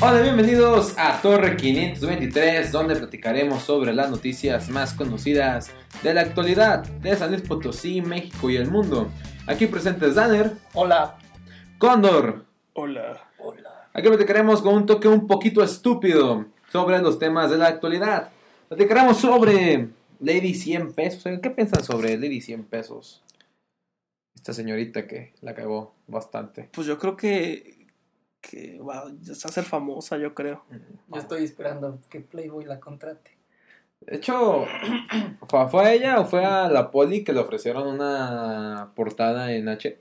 Hola, bienvenidos a Torre 523, donde platicaremos sobre las noticias más conocidas de la actualidad de San Luis Potosí, México y el mundo. Aquí presentes Danner, Hola. Cóndor. Hola. Aquí platicaremos con un toque un poquito estúpido sobre los temas de la actualidad. Platicaremos sobre Lady 100 pesos. Oigan, ¿Qué piensan sobre Lady 100 pesos? Esta señorita que la cagó bastante. Pues yo creo que, que va a ser famosa, yo creo. Yo estoy esperando que Playboy la contrate. De hecho, ¿fue, fue a ella o fue a la poli que le ofrecieron una portada en H?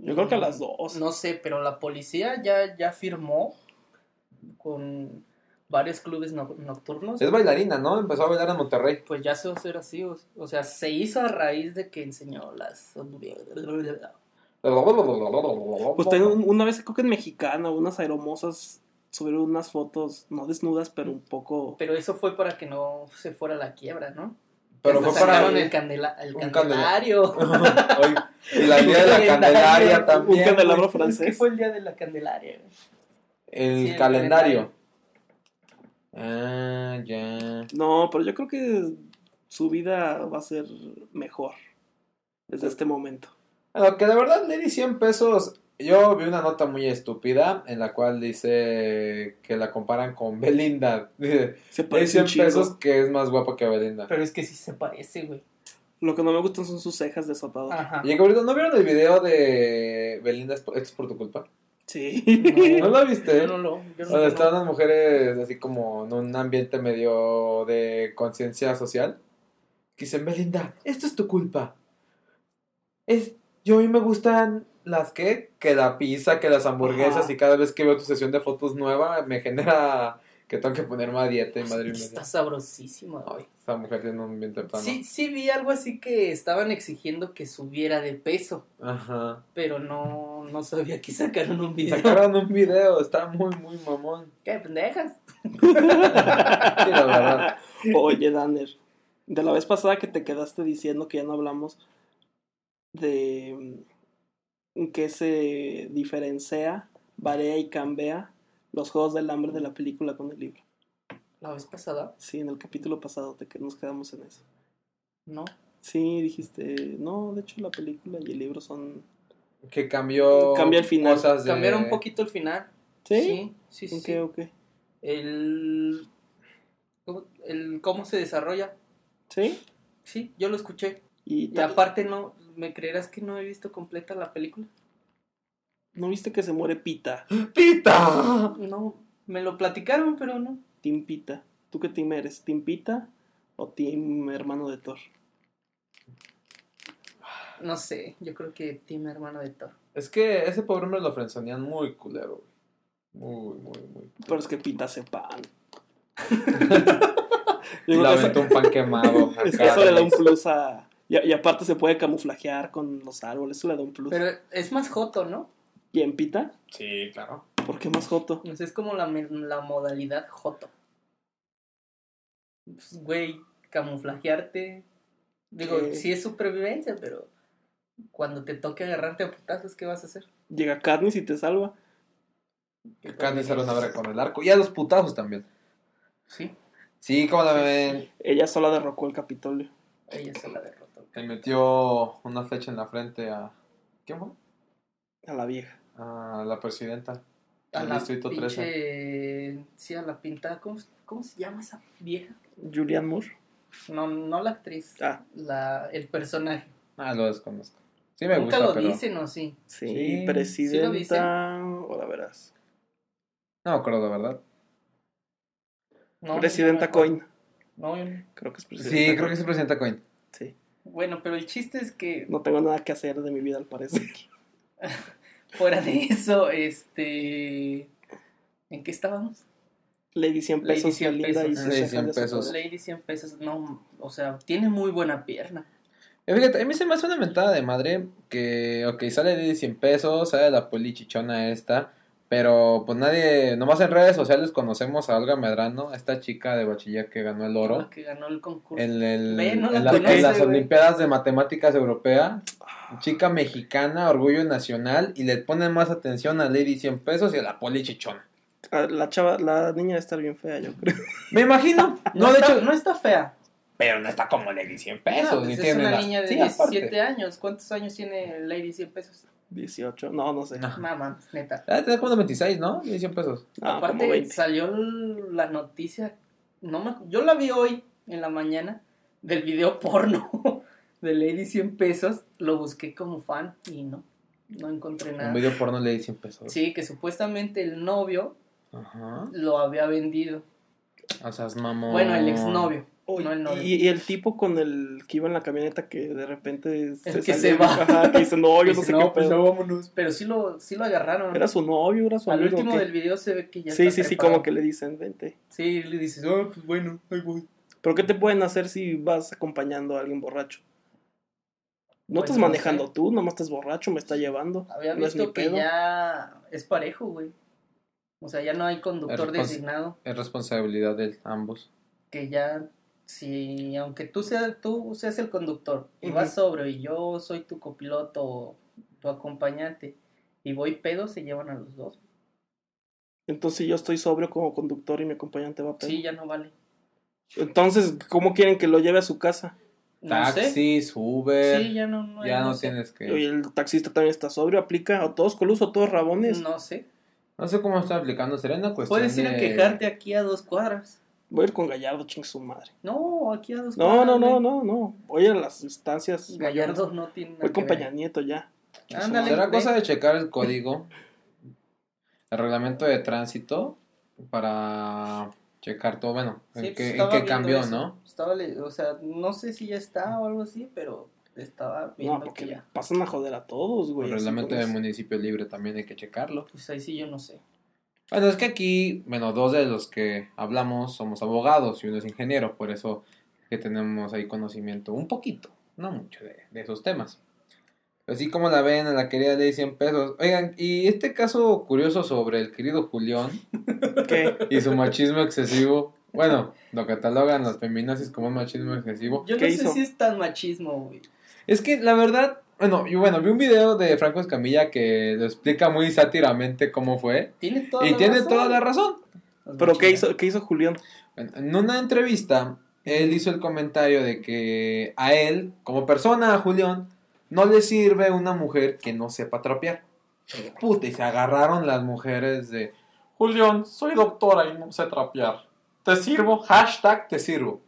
Yo creo que a las dos. Mm, No sé, pero la policía ya, ya firmó con varios clubes no- nocturnos. Es bailarina, ¿no? Empezó a bailar en Monterrey. Pues ya se va a hacer así. O, o sea, se hizo a raíz de que enseñó las. Pues también un- una vez creo que en Mexicana, unas aeromosas subieron unas fotos, no desnudas, pero un poco... Pero eso fue para que no se fuera a la quiebra, ¿no? Pero Hasta fue para... sacaron el, candela- el un candelario. Oye, y la idea de la Candelaria también. Un candelabro Es que francés. fue el día de la candelaria. El Sí, el calendario. Ah, ya. No, pero yo creo que su vida va a ser mejor desde este momento. Bueno, que la verdad, Lady 100 pesos. Yo vi una nota muy estúpida en la cual dice que la comparan con Belinda. Dice, Se Lady parece 100 un chingo. pesos que es más guapa que Belinda. Pero es que sí se parece, güey. Lo que no me gustan son sus cejas desotadas. Ajá. Y ahorita, ¿no vieron el video de Belinda es por- es por tu culpa? Sí. ¿No lo viste? Yo no lo- yo no Donde lo- están las mujeres así como en un ambiente medio de conciencia social. Que dicen, Belinda, esto es tu culpa. Es, yo a mí me gustan las que, que la pizza, que las hamburguesas Ajá. y cada vez que veo tu sesión de fotos nueva me genera que tengo que ponerme a dieta y madre mía. Está sabrosísima, güey. Esa mujer tiene un ambiente plano. Sí, sí vi algo así que estaban exigiendo que subiera de peso, Ajá. pero no, no sabía que sacaron un video. Sacaron un video, está muy, muy mamón. ¿Qué pendejas? Sí, la verdad. Oye, Danner, de la vez pasada que te quedaste diciendo que ya no hablamos de mm, que se diferencia, varía y cambia los juegos del hambre de la película con el libro. La vez pasada, Sí, en el capítulo pasado te, que- nos quedamos en eso. ¿no? Sí, dijiste, no, de hecho la película y el libro son... Que cambió. Cambia el final. Cosas de... Cambiaron un poquito el final. ¿Sí? Sí, sí, ¿En sí. qué o qué? El, ¿cómo- el cómo se desarrolla. ¿Sí? Sí, yo lo escuché. Y, Y tal- aparte no, ¿me creerás que no he visto completa la película? ¿No viste que se muere Pita? ¡Pita! No, me lo platicaron, pero no. Team Pita. ¿Tú qué team eres? ¿Team Pita o team hermano de Thor? No sé, yo creo que Tim, hermano de Thor. Es que ese pobre hombre lo frenzonean muy culero, güey. Muy, muy, muy. Pero es que Pita hace pan. Y Digo, le eso, aventó un pan quemado. es que acá, eso le da un güey. plus a. Y, y aparte se puede camuflajear con los árboles, eso le da un plus. Pero es más joto, ¿no? ¿Y en Pita? Sí, claro. ¿Por qué más joto? Pues es como la, me- la modalidad joto. Pues, güey, camuflajearte. Digo, Sí. sí. es supervivencia, pero cuando te toque agarrarte a putazos, ¿qué vas a hacer? Llega Katniss y te salva. Que Candy se una verga con el arco. Y a los putazos también. Sí, Sí, como la ven. Ella sola derrocó el Capitolio. ella se la derrotó. Le metió una flecha en la frente a. ¿Qué fue? A la vieja. A la presidenta. A del la distrito 13. pinche... Sí, a la pintada. ¿Cómo, cómo se llama esa vieja? Julian Moore. No, no la actriz. Ah. La, el personaje. Ah, lo desconozco. Sí, me Nunca gusta, lo pero. dicen, ¿o sí? Sí, Sí, presidenta. sí lo dice. Ahora verás. No me acuerdo, ¿verdad? No, presidenta no, Coin. no, yo no. Creo que es presidenta. Sí, creo Coin. que es presidenta Coin. Sí. Bueno, pero el chiste es que No tengo nada que hacer de mi vida, al parecer. Fuera de eso, este. ¿En qué estábamos? Lady 100 Lady pesos, 100 Belinda y pesos. sus Lady cejas 100 de su pesos. color. Lady 100 pesos, no, o sea, tiene muy buena pierna. Eh, Fíjate, a mí se me hace una mentada de madre que, ok, sale de 100 pesos, sale la poli chichona esta, pero pues nadie, nomás en redes sociales conocemos a Olga Medrano, esta chica de bachiller que ganó el oro La que ganó el concurso. en, el- Ve, no la en la- en conoce, las güey. Ah. Olimpiadas de Matemáticas Europea, chica mexicana, orgullo nacional, y le ponen más atención a Lady 100 pesos y a la poli chichona. Ah, La chava, la niña debe estar bien fea, yo creo. Me imagino. No, No, de está, hecho. no está fea. Pero no está como Lady 100 No, pesos. pues ni es tiene una las- niña de Sí, aparte. 17 años. ¿Cuántos años tiene Lady 100 pesos? 18, no, no sé. No. No, Mamá, neta. Ah, te da como 26, ¿no? Lady 100 pesos. como Aparte 20. salió la noticia, no me, yo la vi hoy en la mañana del video porno de Lady 100 pesos, lo busqué como fan y no, no encontré Un nada. video porno Lady 100 pesos. Sí, que supuestamente el novio Ajá. lo había vendido. O sea, es mamón. Bueno, el exnovio. Uy, No, el novio. y, y el tipo con el que iba en la camioneta que de repente El que salió, se va. ajá, que dice, no, yo no Dice, sé "No, qué pues pedo". no, vámonos. Pero sí lo, sí lo agarraron. Era su novio, era su Al amigo. último ¿qué? del video se ve que ya Sí, sí, está sí, preparado. como que le dicen, vente. Sí, le dices, oh, pues bueno, ahí voy. ¿Pero qué te pueden hacer si vas acompañando a alguien borracho? No Pues estás no manejando sé. tú, nomás estás borracho, me está llevando. Había no es visto mi que pedo. ya es parejo, güey. O sea, ya no hay conductor El respons- designado. Es responsabilidad de ambos. Que ya, si aunque tú seas, tú seas el conductor y Ujú. vas sobre y yo soy tu copiloto o tu acompañante y voy pedo, se llevan a los dos. Entonces yo estoy sobrio como conductor y mi acompañante va a pedo. Sí, ya no vale. Entonces, ¿cómo quieren que lo lleve a su casa? No Ah, sé. Taxi, Uber. Sí, ya no, no, ya no, sé. tienes que. Y el taxista también está sobrio, aplica a todos colus o todos rabones. No sé. No sé cómo está aplicando. Será una cuestión. Puedes ir a de- quejarte aquí a dos cuadras. Voy a ir con Gallardo, ching su madre. No, aquí a dos No, cuadras. no, no, güey. no, no. Voy a las instancias. mayores. Gallardo no tiene. nada Voy con que ver. Peña Nieto ya. Ándale. Será ve. cosa de checar el código, el reglamento de tránsito, para checar todo, bueno, Sí, en pues, qué, en estaba qué viendo cambió, eso. ¿no? Estaba, le- o sea, no sé si ya está o algo así, pero estaba viendo No, que porque ya. pasan a joder a todos, güey. el así reglamento con de eso. municipio libre también hay que checarlo. Pues ahí sí yo no sé. Bueno, es que aquí, bueno, dos de los que hablamos somos abogados y uno es ingeniero, por eso que tenemos ahí conocimiento, un poquito, no mucho, de, de esos temas. Así como la ven a la querida de 100 pesos. Oigan, y este caso curioso sobre el querido Julián, ¿Qué? y su machismo excesivo. Bueno, lo catalogan las feminazis como un machismo excesivo. Yo no ¿Qué sé hizo? si es tan machismo, güey. Es que la verdad, bueno, yo bueno, vi un video de Franco Escamilla que lo explica muy sátíramente cómo fue. Tiene toda Y la tiene razón. toda la razón. Los ¿Pero qué machistas. hizo, qué hizo Julián? En- En una entrevista, él hizo el comentario de que a él, como persona, a Julián, no le sirve una mujer que no sepa trapear. Puta, y se agarraron las mujeres de Julián, soy doctora y no sé trapear. Te sirvo, hashtag te sirvo.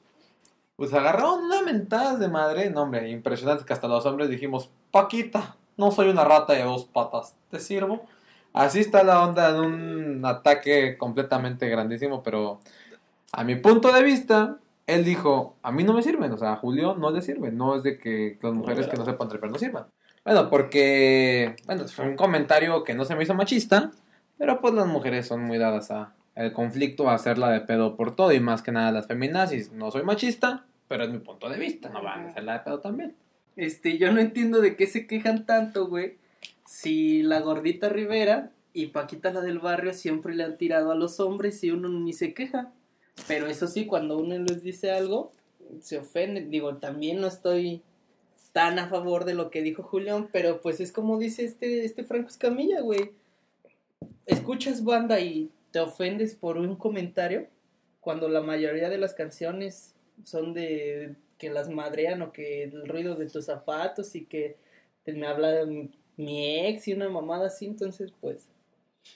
Pues agarraron una mentada de madre, no hombre, impresionante que hasta los hombres dijimos, Paquita, no soy una rata de dos patas, te sirvo. Así está la onda de un ataque completamente grandísimo, pero a mi punto de vista, él dijo, a mí no me sirven, o sea, a Julio no le sirve, no es de que las mujeres que no sepan trepar no sirvan. Bueno, porque, bueno, fue un comentario que no se me hizo machista, pero pues las mujeres son muy dadas a el conflicto, a hacerla de pedo por todo, y más que nada las feminazis. No soy machista, pero es mi punto de vista, no van a hacerla de pedo también. Este, yo no entiendo de qué se quejan tanto, güey. Si la gordita Rivera y Paquita la del barrio siempre le han tirado a los hombres y uno ni se queja. Pero eso sí, cuando uno les dice algo, se ofenden. Digo, también no estoy tan a favor de lo que dijo Julián, pero pues es como dice este, este Franco Escamilla, güey. Escuchas banda y te ofendes por un comentario cuando la mayoría de las canciones son de que las madrean o que el ruido de tus zapatos y que te me habla mi ex y una mamada así, entonces pues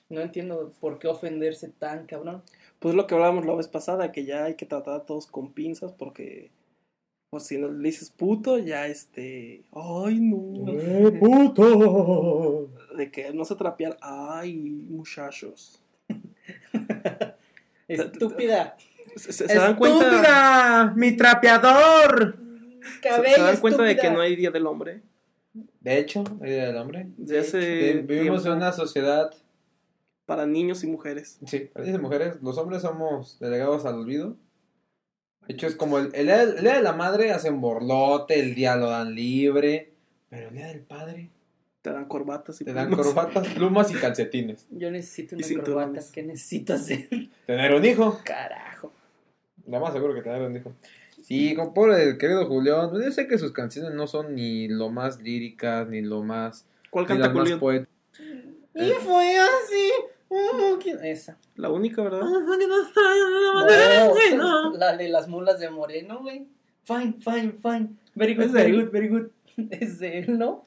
no entiendo por qué ofenderse tan cabrón. Pues lo que hablábamos la vez pasada, que ya hay que tratar a todos con pinzas porque pues si no le dices puto, ya este, ay no, ¡Eh, puto! de que no sé trapear, ay muchachos. Estúpida. ¿Se, se- se dan cuenta, ¡Mi trapeador! se, Cabello se dan cuenta de estúpida. que no hay día del hombre? De hecho, el Día del Hombre. De hace Eh, vivimos en tiempo, una sociedad. para niños y mujeres. Sí, dicen mujeres, los hombres somos delegados al olvido. De hecho, es como el, el, día- el día de la madre hacen borlote, el día lo dan libre. Pero el día del padre Te dan corbatas y te dan plumas. corbatas, plumas y calcetines. Yo necesito Y una cinturones. corbata, ¿qué necesito hacer? Tener un hijo. Carajo. Lo más seguro que te dieron, dijo. Sí, con pobre del querido Julián. pues, Yo sé que sus canciones no son ni lo más líricas, ni lo más. ¿Cuál ni canta las más Eh, Julián? poéticas. Y fue así. Mm, Esa. La única, ¿verdad? Ah. No, güey, no. La de las mulas de Moreno, güey. Fine, fine, fine. Very good, ¿Es de very él? good, very good. Es de él, ¿no?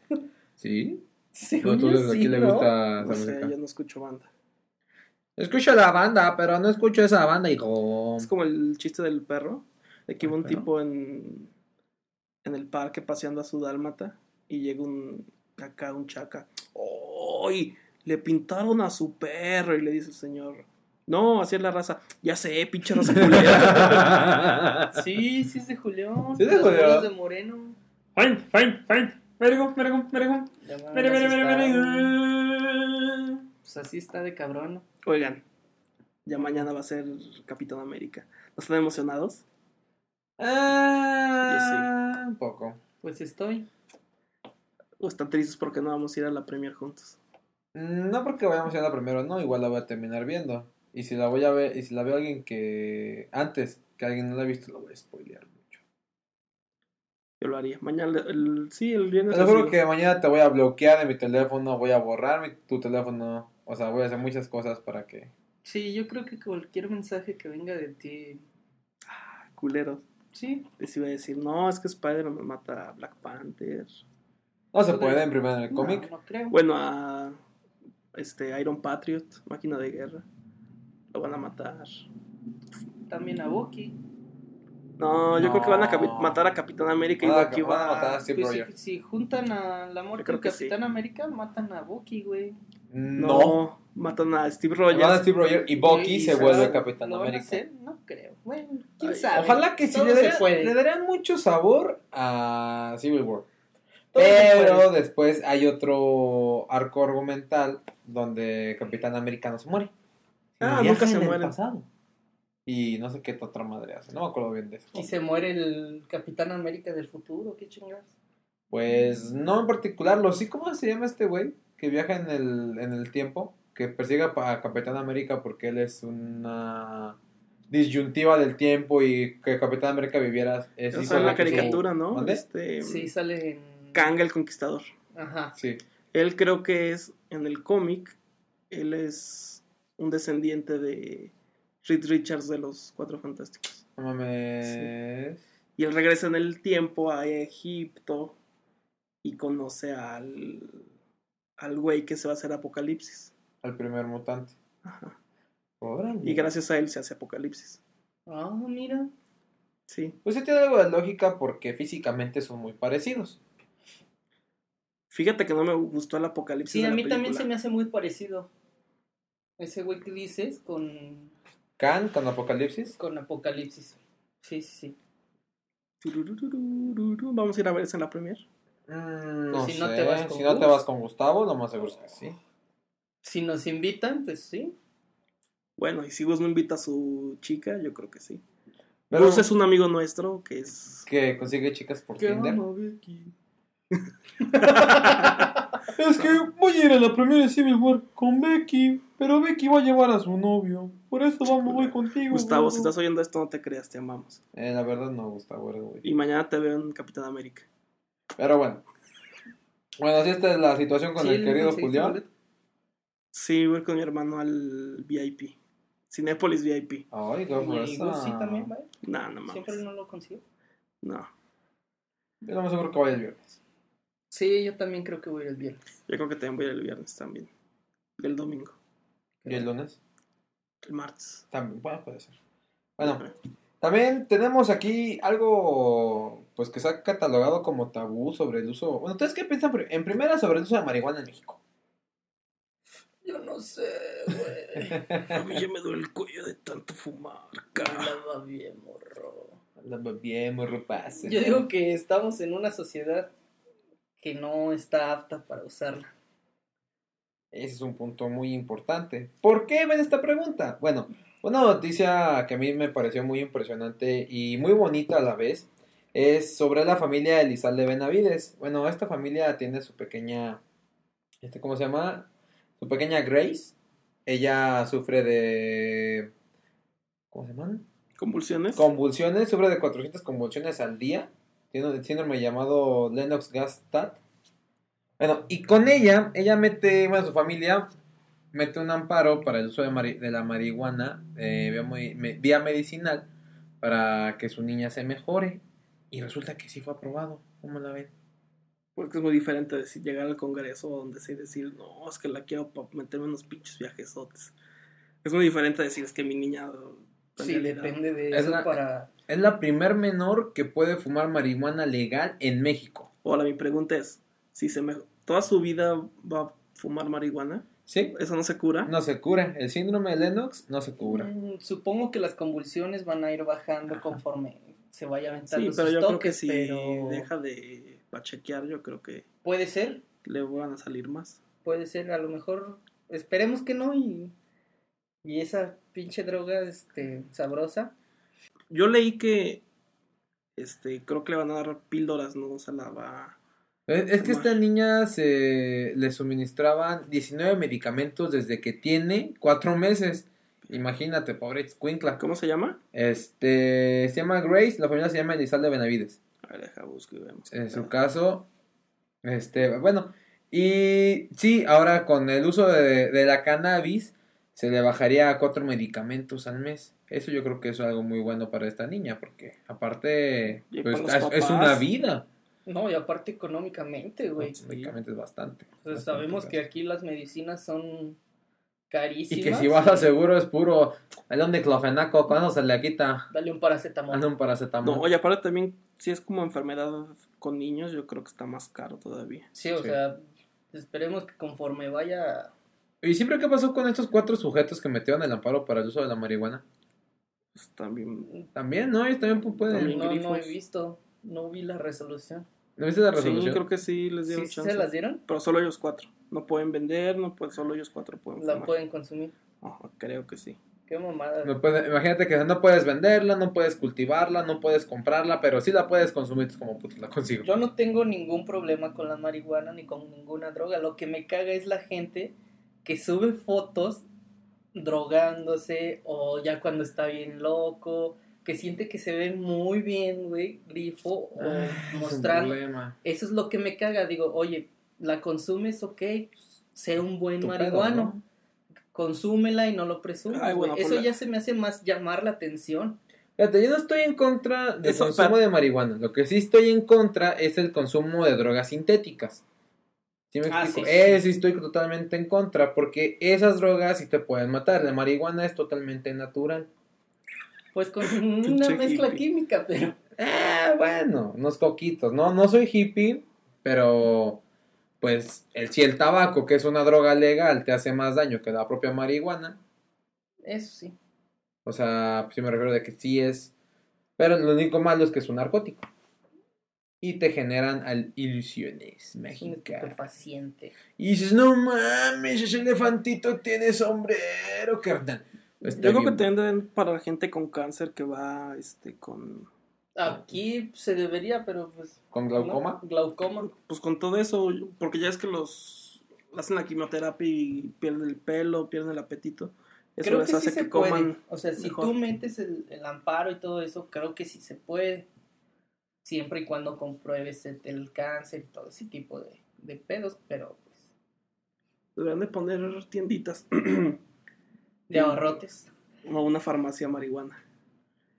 Sí. Sí, ¿Tú, tú, ¿A quién le gusta esa No sé, música? yo no escucho banda. Escucho la banda, pero no escucho esa banda, hijo. Es como el chiste del perro. De que iba un ¿Perro? tipo en, en el parque paseando a su dálmata y llega un acá, un chaca. ¡Ay! Le pintaron a su perro y le dice el señor. No, así es la raza. Ya sé, pinche raza culera. Sí, sí es de Julián. Sí es de Las mulas Julián. de Moreno. fine, fine, fine. Mergo, mergo, mergo. Ya van, Mere, mere, así mere, está, güey. mere. Pues así está de cabrón. Oigan, ya mañana va a ser Capitán América. ¿No están emocionados? Ah, un poco. Pues estoy. ¿O están tristes porque no vamos a ir a la Premier juntos? Mm, No porque vayamos a la primero, no, igual la voy a terminar viendo. Y si la voy a ver, y si la veo a alguien que antes que alguien no la ha visto, la voy a spoilear mucho. Yo lo haría. Mañana, el- sí, el viernes. Te lo juro sí. que mañana te voy a bloquear de mi teléfono, voy a borrar mi- tu teléfono, o sea, voy a hacer muchas cosas para que. Sí, yo creo que cualquier mensaje que venga de ti. Culeros. Sí, Les iba a decir, no, es que Spider-Man mata a Black Panther. No se Tú puede de- en primero en el no, cómic. no creo. Bueno, a este Iron Patriot, máquina de guerra. Lo van a matar. También a Bucky. No, yo creo que van a capi- No. matar a Capitán América y Van a- Bucky van a va- matar a Steve Pues Rogers. si, si juntan a la muerte creo del que sí. Capitán América, matan a Bucky, güey. No. No, matan a Steve Van a Rogers. Steve Rogers y Bucky Y se lo vuelve van- Capitán ¿lo van a América. hacer? No creo. Bueno, quién Ay, sabe. Ojalá que sí Todo le se darían, puede. le darían mucho sabor a Civil War. Todo se Pero puede. después hay otro arco argumental donde Capitán América no se muere. Ah, Viaja nunca se en el muere. pasado. Y no sé qué otra madre hace. No me acuerdo bien de eso. Y se muere el Capitán América del futuro, qué chingados. Pues no en particular. Lo sí, ¿cómo se llama este güey? Que viaja en el, en el tiempo. Que persigue a pa- a Capitán América porque él es una disyuntiva del tiempo y que Capitán América viviera. Es hijo Esa es de la que su- caricatura, ¿no? ¿Mande? Este, Sí, sale en. Kang el Conquistador. Ajá. Sí. Él creo que es, en el cómic, él es un descendiente de Reed Richards de los Cuatro Fantásticos. No mames. Y él regresa en el tiempo a Egipto y conoce al, al güey que se va a hacer Apocalipsis. Al primer mutante. Ajá. Órale. Y gracias a él se hace Apocalipsis. Ah, mira. Sí. Pues sí tiene algo de lógica porque físicamente son muy parecidos. Fíjate que no me gustó el Apocalipsis. Sí, de a la mí también película. se me hace muy parecido. Ese güey que dices con, Khan con Apocalipsis. con Apocalipsis. Sí, sí, sí. Turururururu. Vamos a ir a ver eso en la premier. Mm, no Pues si sé. no te vas con si no te Gus. vas con Gustavo, lo más seguro es que sí. Si nos invitan, pues sí. Bueno, y si Gus no invita a su chica, yo creo que sí. Pero Gus es un amigo nuestro que es. que consigue chicas por Tinder. "Ah, Es que voy a ir a la primera de Civil War con Becky, pero Becky va a llevar a su novio. Por eso vamos, voy contigo. Gustavo, gordo. si estás oyendo esto, no te creas, te amamos. Eh, la verdad no, Gustavo eres güey. Y mañana te veo en Capitán América. Pero bueno. Bueno, así esta es la situación con Sí, el querido conseguiste Julián. boleto. Sí, voy con mi hermano al VIP. Cinépolis VIP. Ay, qué Y Gus fuerza. sí también, ¿vale? No, no mames. Siempre no lo consigo. No. Yo lo más seguro que vaya el viernes. Sí, yo también creo que voy a ir el viernes. Yo creo que también voy a ir el viernes también. Y el domingo. Y el lunes. El martes. También, bueno, puede ser. Bueno, También tenemos aquí algo pues que se ha catalogado como tabú sobre el uso. Bueno, ¿ustedes qué piensan pri- en primera sobre el uso de marihuana en México? Yo no sé, güey. A mí ya me duele el cuello de tanto fumar. ca. La va bien, morro. Bien, muy Yo digo que estamos en una sociedad que no está apta para usarla. Ese es un punto muy importante. ¿Por qué ven esta pregunta? Bueno, una noticia que a mí me pareció muy impresionante y muy bonita a la vez es sobre la familia Elizalde Benavides. Bueno, esta familia tiene su pequeña, este, ¿cómo se llama? Su pequeña Grace. Ella sufre de, ¿cómo se llama? ¿Convulsiones? Convulsiones, sufre de 400 convulsiones al día. Tiene un síndrome llamado Lennox-Gastaut. Bueno, y con ella, ella mete, bueno, su familia mete un amparo para el uso de, mari- de la marihuana eh, vía, medi- me- vía medicinal para que su niña se mejore. Y resulta que sí fue aprobado. ¿Cómo la ven? Porque es muy diferente decir llegar al Congreso donde sí decir, no, es que la quiero para meterme en unos pinches viajesotes. Es muy diferente decir, es que mi niña. en Sí, realidad, depende de Es eso la- para... Es la primer menor que puede fumar marihuana legal en México. Ahora, mi pregunta es: si se me... toda su vida va a fumar marihuana, ¿Sí? ¿eso no se cura? No se cura. El síndrome de Lennox no se cura. Mm, Supongo que las convulsiones van a ir bajando conforme se vaya sí, aventando pero sus yo creo que toques, si pero deja de pachequear, yo creo que puede ser, le van a salir más. puede ser, a lo mejor esperemos que no y, y esa pinche droga este sabrosa. Yo leí que. Este, creo que le van a dar píldoras, no se la va. Eh, Es, es que esta niña se le suministraban 19 medicamentos desde que tiene 4 meses. Imagínate, pobre escuincla. ¿Cómo se llama? Este, se llama Grace, la familia se llama Elizalde Benavides. A ver, deja busco y vemos. Ah, En su caso, este, bueno, y sí, ahora con el uso de, de la cannabis se le bajaría a 4 medicamentos al mes. Eso yo creo que es algo muy bueno para esta niña, porque aparte Y pues, para los es, es una papás. vida. No, y aparte económicamente, güey. Los medicamentos es bastante. O sea, bastante sabemos que gasto. aquí las medicinas son Y carísimas. que si vas al seguro es puro. El omniclofenaco, cuando se le quita, Dale un paracetamol. anda un paracetamol. Ah, No, oye, aparte también, si es como enfermedad con niños, yo creo que está más caro todavía. Sí, o Sí. sea, esperemos que conforme vaya ¿Y siempre qué pasó con estos cuatro sujetos que metieron el amparo para el uso de la marihuana? Pues también. También, ¿no? Ellos también pu- pueden. También. eh, No, no he grifos. visto, no vi la resolución. ¿No viste la resolución? Sí, creo que sí les dieron ¿Sí chance. se las dieron? Pero solo ellos cuatro. No pueden vender, no pueden, solo ellos cuatro pueden La fumar. pueden consumir. Ajá, creo que sí. Qué mamada. No puede- imagínate que no puedes venderla, no puedes cultivarla, no puedes comprarla, pero sí la puedes consumir es como puto la consigo. Yo no tengo ningún problema con la marihuana ni con ninguna droga. Lo que me caga es la gente que sube fotos drogándose o ya cuando está bien loco, que siente que se ve muy bien, güey, grifo, o eh, Ay, mostrando. Ah, Es un problema. Eso es lo que me caga. Digo, oye, la consumes, ok, sé un buen Tu pedo, marihuano. ¿no? pues consúmela y no lo presumas. Ay, bueno, güey. por Eso la- ya se me hace más llamar la atención. Fíjate, yo no estoy en contra del Eso, consumo pero- de marihuana. Lo que sí estoy en contra es el consumo de drogas sintéticas. ¿Sí me Ah, explico? sí, sí. Eh, sí estoy totalmente en contra porque esas drogas sí te pueden matar. La marihuana es totalmente natural. Pues con una Pinche mezcla hippie. química, pero Ah, bueno, unos coquitos. No, no soy hippie, pero pues el, si el tabaco, que es una droga legal, te hace más daño que la propia marihuana. eso sí. O sea, pues, yo me refiero de que sí es. Pero lo único malo es que es un narcótico. Y te generan al- ilusiones Es un mágicas. estupefaciente. Y dices, no mames, ese elefantito tiene sombrero, carnal. Pues, Está yo creo que bien. también deben para la gente con cáncer que va este con Aquí se debería, pero pues. ¿Con ¿no? glaucoma? Glaucoma. pues con todo eso, porque ya es que los hacen la quimioterapia y pierden el pelo, pierden el apetito. Eso creo les que hace sí se que puede. coman. o sea, si mejor. tú metes el, el amparo y todo eso, creo que sí se puede. Siempre y cuando compruebes el, el cáncer y todo ese tipo de, de pedos, pero pues, Deberían de poner tienditas de ahorrotes. o una farmacia marihuana.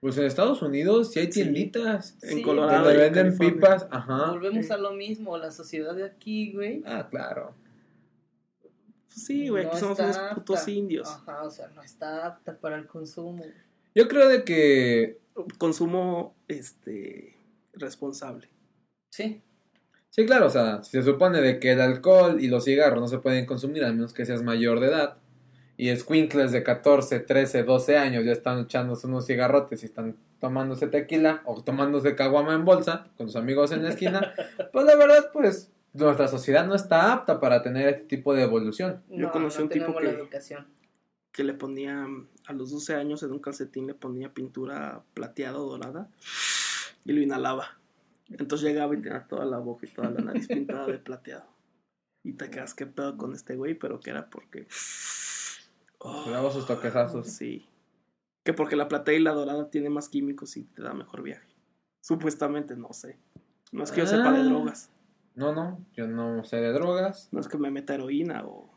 Pues en Estados Unidos sí hay Sí. tienditas. En Sí, Colorado. Donde y Ah, en venden California. pipas, ajá. Volvemos Ah, Sí. a lo mismo, la sociedad de aquí, güey. Ah, claro. Pues sí, güey, aquí No somos está Ah. unos putos apta. indios. Ajá, o sea, no está apta para el consumo. Yo creo de que Consumo este responsable. Sí, Sí, claro, o sea, si se supone de que el alcohol y los cigarros no se pueden consumir a menos que seas mayor de edad, y escuincles de 14, 13, 12 años ya están echándose unos cigarrotes y están tomándose tequila o tomándose caguama en bolsa con sus amigos en la esquina, pues la verdad, pues nuestra sociedad no está apta para tener este tipo de evolución. Yo no, conocí no un tipo tenemos que- la educación. que le ponía a los 12 años en un calcetín le ponía pintura plateada o dorada y lo inhalaba. Entonces llegaba y tenía toda la boca y toda la nariz pintada de plateado. Y te quedas qué pedo con este güey, pero que era porque oh, Le daba sus toquejazos. Sí. Que porque la plateada y la dorada tiene más químicos y te da mejor viaje. Supuestamente, no sé. No es que yo sepa Ah. de drogas. No, no, yo no sé de drogas. No es que me meta heroína o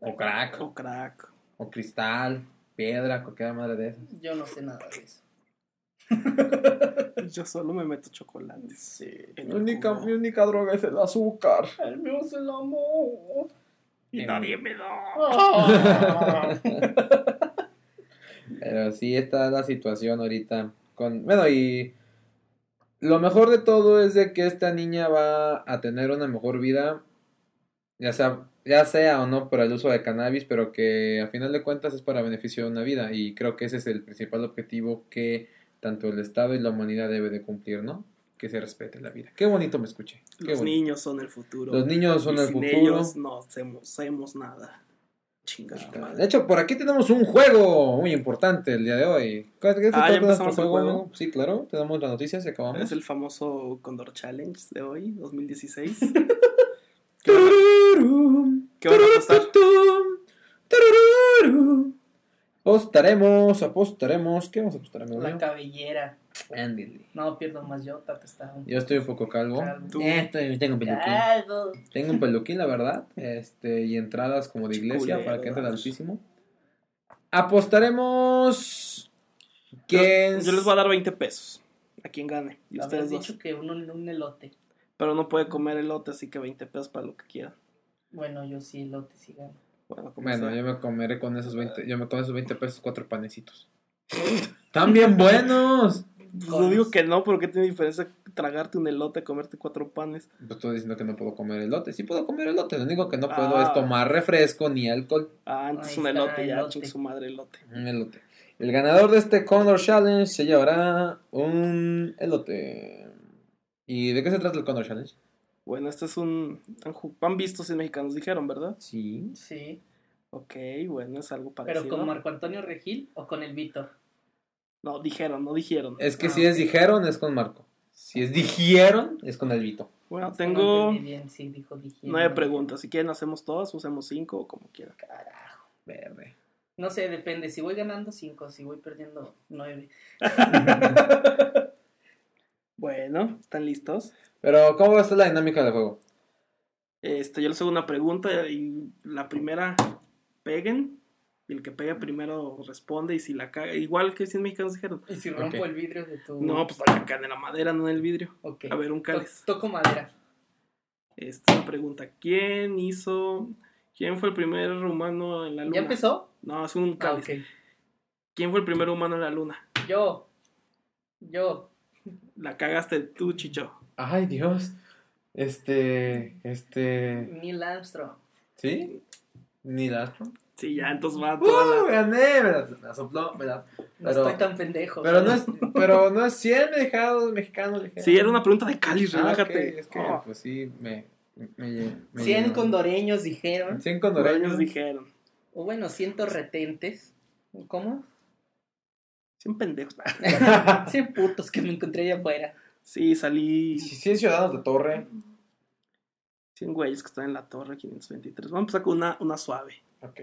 O crack. O crack. O cristal. Piedra, cualquier madre de esas. Yo no sé nada de eso. Yo solo me meto chocolates. en Mi el única, jugo. mi única droga es el azúcar. El mío es el amor. Y nadie me da. Oh. Pero sí, esta es la situación ahorita. Con, bueno, y lo mejor de todo es de que esta niña va a tener una mejor vida, ya sea, ya sea o no por el uso de cannabis, pero que a final de cuentas es para beneficio de una vida. Y creo que ese es el principal objetivo que tanto el Estado y la humanidad debe de cumplir, ¿no? Que se respete la vida. Qué bonito me escuché. Qué Los bonito. niños son el futuro. Los niños son Y el sin futuro. ellos no hacemos, hacemos nada. Chingada De madre. hecho, por aquí tenemos un juego muy importante el día de hoy. ¿Qué, qué se Ah, trata ¿ya nuestro empezamos el juego? amigo? Sí, claro. Tenemos las noticias y acabamos. Es el famoso Condor Challenge de hoy, 2016. ¿Qué va- Tururum, ¿Qué van a apostar? tururutum, turururum. Apostaremos, apostaremos. ¿Qué vamos a apostar, amigo? La mío? cabellera. Ándele. No pierdo más yo, Tato está un Yo estoy un poco calvo. Calvo. Tú. Eh, estoy- tengo un peluquín. Ah. calvo. Tengo un peluquín, la verdad. Este, y entradas como de iglesia Culero, para que entre el vamos. altísimo. Apostaremos. Que Yo les voy a dar 20 pesos. A quien gane. Y Habías ustedes dos. dicho que uno un elote. Pero no puede comer elote, así que 20 pesos para lo que quieran. Bueno, yo sí elote sí gano. Bueno, como Bueno, sea. yo me comeré con esos 20, yo me con esos 20 pesos cuatro panecitos. ¡Están bien buenos! Pues no digo que no, pero ¿qué tiene diferencia tragarte un elote a comerte cuatro panes? Pues estoy diciendo que no puedo comer elote. Sí puedo comer elote, lo único que no puedo Ah. es tomar refresco ni alcohol. Ah, antes Ahí un está, elote, ya, elote. ching su madre elote. Un elote. El ganador de este Condor Challenge se llevará un elote. ¿Y de qué se trata el Condor Challenge? Bueno, este es un... Han, ju- han visto sin mexicanos, dijeron, ¿verdad? Sí. Sí, Ok, bueno, es algo parecido. pero con Marco Antonio Regil o con el Víctor. No, dijeron, no dijeron. Es que Ah, si es ok. dijeron, es con Marco. Si es dijeron, es con Elvito. Bueno, No tengo entendí bien, sí, dijo Vigil. nueve preguntas. Si quieren, hacemos todas, usemos cinco o como quieran. Carajo. Verde. No sé, depende. Si voy ganando cinco, si voy perdiendo nueve. Bueno, ¿están listos? Pero, ¿cómo va a estar la dinámica del juego? Este, yo les hago una pregunta y la primera peguen. Y el que pegue primero responde y si la caga... Igual que 100 mexicanos dijeron. Y si rompo Ok. el vidrio de tu. No, pues la cagan en la madera, no en el vidrio. Ok. A ver, un To- cáliz. toco madera. Esta pregunta, ¿quién hizo, quién fue el primer humano en la luna? ¿Ya empezó? No, es un Ah, cáliz. ok. ¿Quién fue el primer humano en la luna? Yo. Yo. La cagaste tú, Chicho. Ay, Dios. Este, este, Neil Armstrong. ¿sí? Ni Armstrong. Sí, ya, entonces va toda ¡Uh! la... Gané, me la, me la sopló, me la- No Pero- estoy tan pendejo. Pero no es, pero no es 100 mexicanos, mexicanos. dijeron. Sí, era una pregunta de cáliz, Ah, ok, relájate. Es que, Oh, pues sí, me, me, lle- me 100 llenó. condoreños dijeron. 100 ellos condoreños. dijeron. O bueno, 100 retentes. ¿Cómo? Son pendejos. 100 putos que me encontré allá afuera. Sí, salí Sí, 100 ciudadanos de torre. 100 güeyes que están en la torre 523. Vamos a empezar con una, una suave, Ok.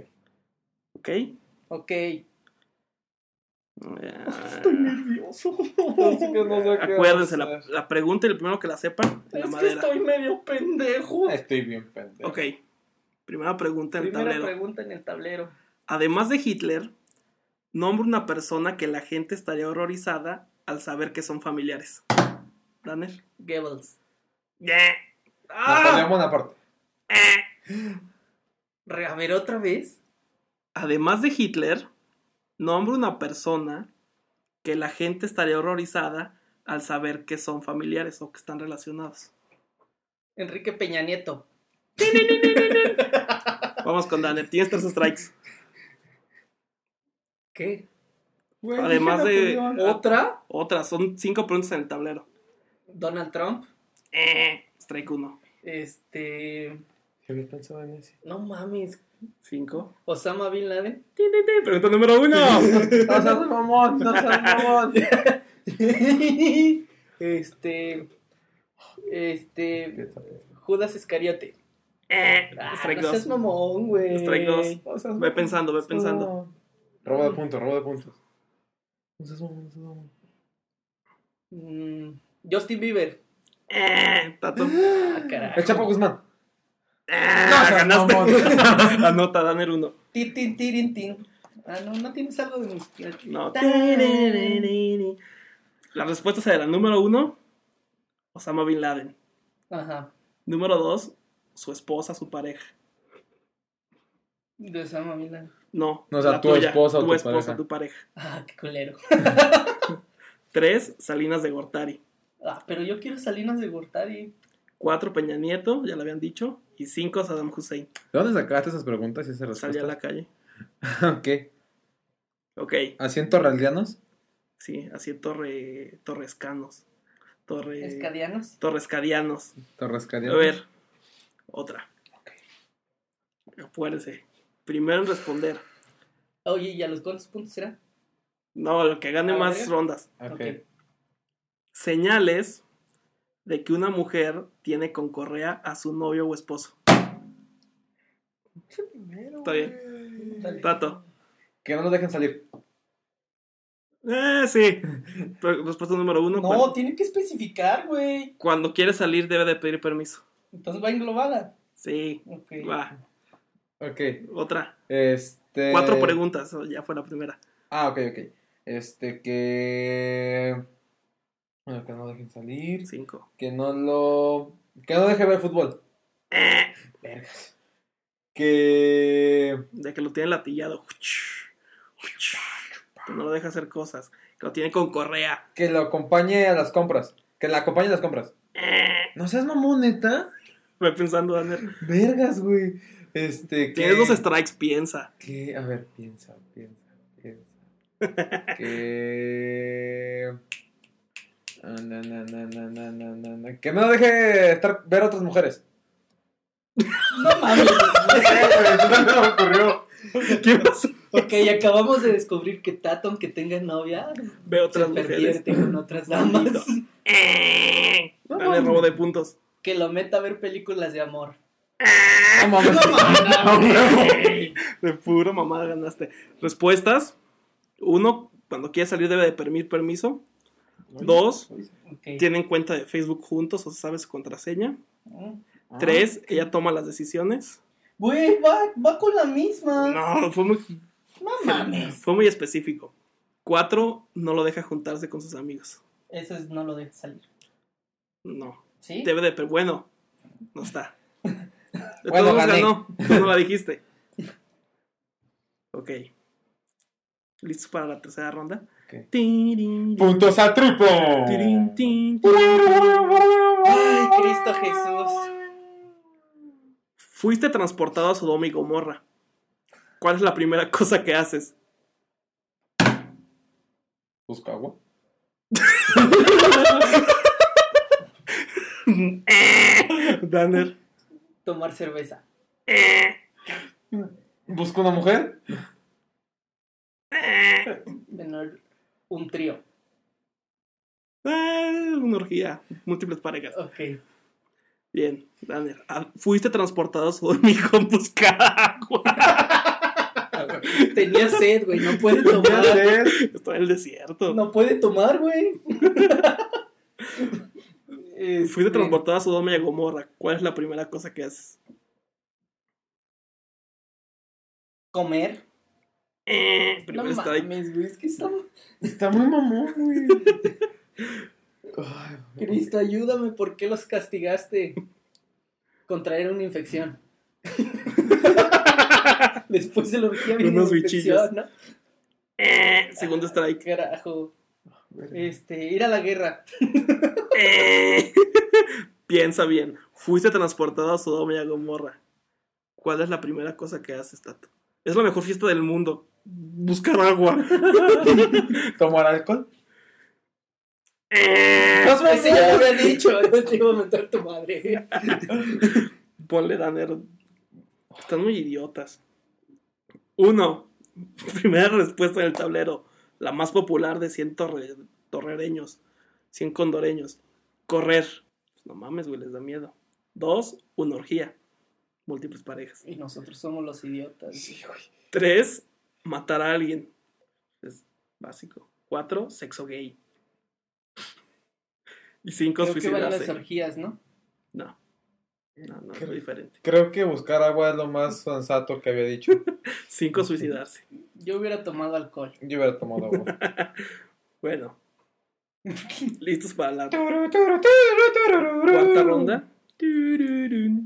¿ok? Ok. Eh, Estoy nervioso. no sé qué Acuérdense, va a la, hacer. la pregunta y el primero que la sepan, en la Es que madera. estoy medio pendejo. Ah, Estoy bien pendejo. Ok, primera pregunta en el Primera tablero. pregunta en el tablero. Además de Hitler, nombra una persona que la gente estaría horrorizada al saber que son familiares. Danner. Goebbels. Yeah. ¡Ah! Napoleón Bonaparte. Eh. Re- A ver, otra vez. Además de Hitler, nombra una persona que la gente estaría horrorizada al saber que son familiares o que están relacionados. Enrique Peña Nieto. Vamos con Danner, tienes tres strikes. ¿Qué? Güey, Además dije de- Napoleón. ¿Otra? Otra, son cinco preguntas en el tablero. Donald Trump. Eh, strike uno. Este. Yo había pensado en ese. No mames. Cinco. Osama Bin Laden. Tin, tin, tin. Pregunta número uno. No seas mamón, no seas mamón. este. Este. Judas Iscariote. Eh, Ah, strike no seas dos. mamón, güey. Strike dos. No seas Ve pensando, ve pensando. No. Robo de puntos, robo de puntos. No seas mamón, no seas mamón. Mm, Justin Bieber. Eh, tato. Ah, carajo. El Chapo Guzmán. Ah, ganaste. Anota, dan el uno. Tin, tin, tirin, tin. Ah, no, no tienes algo de música. No. Tararararara. La respuesta será número uno, Osama Bin Laden. Ajá. Número dos, su esposa, su pareja. De Osama Bin Laden. No, No, o sea, tu esposa o tu, tu esposa, pareja. tu pareja. Ah, qué culero. Tres, Salinas de Gortari. Ah, pero yo quiero Salinas de Gortari. Cuatro, Peña Nieto, ya lo habían dicho. Y cinco, Saddam Hussein. ¿De dónde sacaste esas preguntas y esas Salí a respuestas? la calle. ¿Qué? Ok, ¿Asientos realdianos? sí, así torre, torrescanos. Torre, Escadianos. torrescadianos. A ¿Torrescadianos? ver, otra. Acuérdense. Primero en responder. Oye, ¿y a los cuántos puntos será? No, lo que gane A más ver. rondas. Ok. Señales de que una mujer tiene con correa a su novio o esposo. Está bien. Dale. Tato. Que no lo dejen salir. Eh, sí. Pero Respuesta número uno. No, cuando, tiene que especificar, güey. cuando quiere salir debe de pedir permiso. Entonces va englobada. Sí. Ok. Va. Ok. Otra. Este... Cuatro preguntas. oh, Ya fue la primera. Ah, ok, ok. Este que... Bueno, que no lo dejen salir. Cinco. Que no lo... Que no deje ver fútbol. Eh, Vergas. Que... de que lo tiene latillado. Que no lo deja hacer cosas. Que lo tiene con correa. Que lo acompañe a las compras. Que la acompañe a las compras. Eh, No seas mamón, neta. Voy pensando, Daniel. Vergas, güey. Este que... Tienes dos strikes, piensa. que... A ver, piensa, piensa, piensa. que... Ah, na, na, na, na, na, na, na, na. Que no deje estar, ver otras mujeres. No mames. güey. no me ocurrió. ¿Qué pasa? ok, acabamos de descubrir que Tato, aunque tenga novia, Veo se otras mujeres. pervierte con otras damas. Eh, Dale robo de puntos. que lo meta a ver películas de amor. No mames. De pura mamada ganaste. Respuestas. Uno, cuando quiere salir debe de pedir permiso. Dos, Ok. tienen cuenta de Facebook juntos o sabe su contraseña. Mm. Ah, Tres, ella toma las decisiones. Güey, va, va con la misma. No, Ah. No, fue muy, mames. fue muy específico. Cuatro, no lo deja juntarse con sus amigos. Eso es, no lo deja salir. No. ¿Sí? Debe de, pero bueno, no está. De Bueno, todos modos gané. ganó. Tú no la dijiste. Ok. ¿Listos para la tercera ronda? Ok. Tirin, Puntos a triple. tirin, tin. Ay, Cristo Jesús. Fuiste transportado a Sodoma y Gomorra. ¿Cuál es la primera cosa que haces? Busco agua. Danner. Tomar cerveza. Busco una mujer. Menor, un trío. Ah, una orgía. Múltiples parejas. Ok. Bien, Danner. Ah, Fuiste transportado a Sodoma y Gomorra. Busca agua. Tenía sed, güey. No puede ¿Qué tomar. haces? Está en el desierto. No puede tomar, güey. Fuiste Este, transportada a Sodoma y a Gomorra. ¿Cuál es la primera cosa que haces? Comer. Eh, No primero está ahí. mames, güey. Es que estamos. Está muy mamón, güey. Ay, güey. Cristo, ayúdame, ¿por qué los castigaste? Contraer una infección. Después de la orgía viene Unos una bichillos. infección, ¿no? Eh, segundo strike. Carajo. Este, ir a la guerra. Eh. Piensa bien. Fuiste transportada a Sodoma y a Gomorra. ¿Cuál es la primera cosa que haces, Tato? Es la mejor fiesta del mundo. Buscar agua. ¿Tomar alcohol? Eh. Ese ya lo había dicho, no te iba a mentar tu madre. Ponle Danner. Están muy idiotas. Uno. Primera respuesta del tablero. La más popular de 100 torre- torrereños. 100 condoreños. Correr. Pues No mames, güey, les da miedo. Dos, una orgía. Múltiples parejas. Y nosotros somos los idiotas. Tres, matar a alguien. Es básico. Cuatro, sexo gay. Y cinco, Creo que van las suicidarse. orgías, ¿no? No. No, no, Qué es diferente. Creo que buscar agua es lo más sensato que había dicho. Cinco, suicidarse. Yo hubiera tomado alcohol. Yo hubiera tomado agua. Bueno. ¿Listos para la Turu, turu, turu, turu, turu. cuarta ronda? Tururún.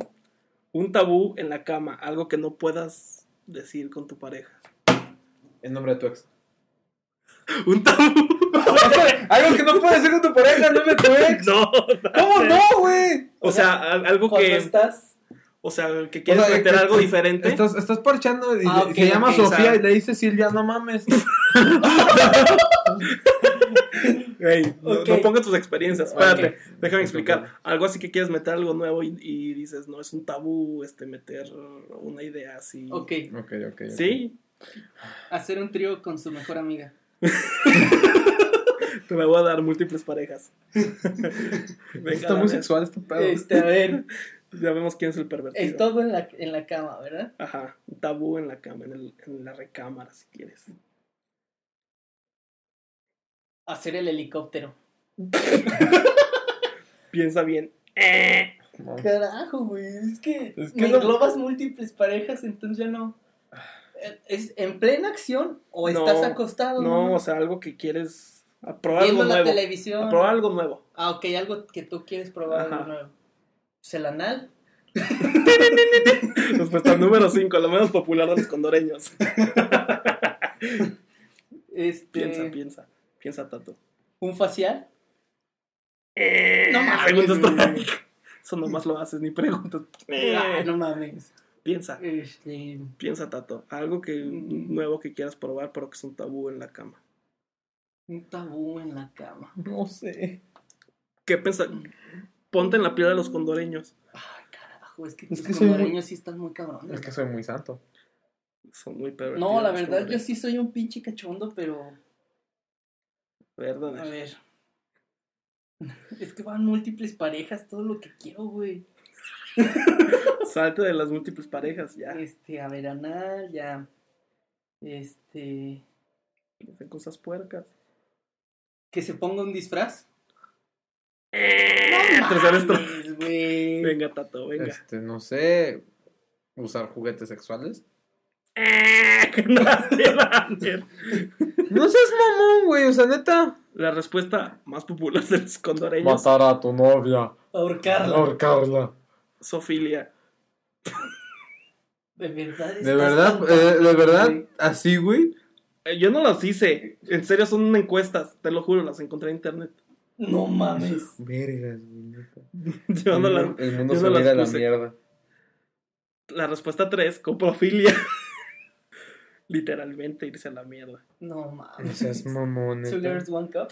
Un tabú en la cama, algo que no puedas decir con tu pareja. En nombre de tu ex. ¿Un tabú? Algo que no puedes hacer con tu pareja, no me tu ex. No. ¿Cómo no, güey? O sea, al- algo Cuando que... estás. O sea, que quieres O sea, meter que- algo diferente. Estás, estás parchando y Ah, y ok, se llama ok, Sofía sabe. y le dice Silvia, no mames. Ey, no- Ok. no, pongas tus experiencias. Espérate, Ok. déjame Ok, explicar. ok. Algo así que quieres meter algo nuevo y, y dices, no, es un tabú este meter una idea así. Ok, Ok, ok. ok. Sí, hacer un trío con su mejor amiga. te la voy a dar múltiples parejas. Venga, Está dale. muy sexual este pedo. Este, a ver, Ya vemos quién es el pervertido. es todo en la, en la cama, ¿verdad? Ajá, un tabú en la cama, en, el- en la recámara, si quieres. Hacer el helicóptero. Piensa bien. Eh. No. Carajo, güey, es que, Es que me no- englobas múltiples parejas, entonces ya no. Eh, ¿Es en plena acción o No, estás acostado? No, o nomás? sea, algo que quieres a probar algo Viendo la nuevo. televisión. A probar algo nuevo. Ah, ok, algo que tú quieres probar algo Ajá. nuevo. Pues el anal. Respuesta número 5, lo menos popular de los condoreños. Este, Piensa, piensa. Piensa tanto. un facial. No mames, Preguntas güey. trampa. Eso nomás lo haces, ni preguntas. Eh. Ah, no mames. Piensa, Este, piensa, Tato. Algo que Mm. nuevo que quieras probar, pero que es un tabú en la cama. un tabú en la cama. No sé. ¿Qué piensa? Ponte en la piel de los condoreños. Ay, Ah, carajo, es que Es tus que soy muy- condoreños sí están muy cabrones. Es que soy muy santo. Son muy pervertidos. No, la los verdad, yo condoreños. sí soy un pinche cachondo, pero. Perdón. A ver. Es que van múltiples parejas, todo lo que quiero, güey. Salte de las múltiples parejas, ya. Este, a ver, anal, ya. Este. Hacen cosas puercas. Que se ponga un disfraz. Tercer estro- Mames, güey. Venga, Tato, venga. Este, no sé. Usar juguetes sexuales. Ganaste, Daniel. No seas mamón, güey. O sea, neta. La respuesta más popular de los condoreños. Matar a tu novia. Ahorcarla. Ahorcarla. Sofilia. De verdad. De estás verdad, tan- eh, de verdad, güey. así, güey. Eh, Yo no las hice. En serio, son encuestas. Te lo juro, las encontré en internet. No mames. Vergas, güey. neta. Yo no la... El mundo yo se no va a ir las a la puse. mierda. la respuesta 3, coprofilia. Literalmente irse a la mierda. No No mames. seas mamón. Two neta. girls, one cup.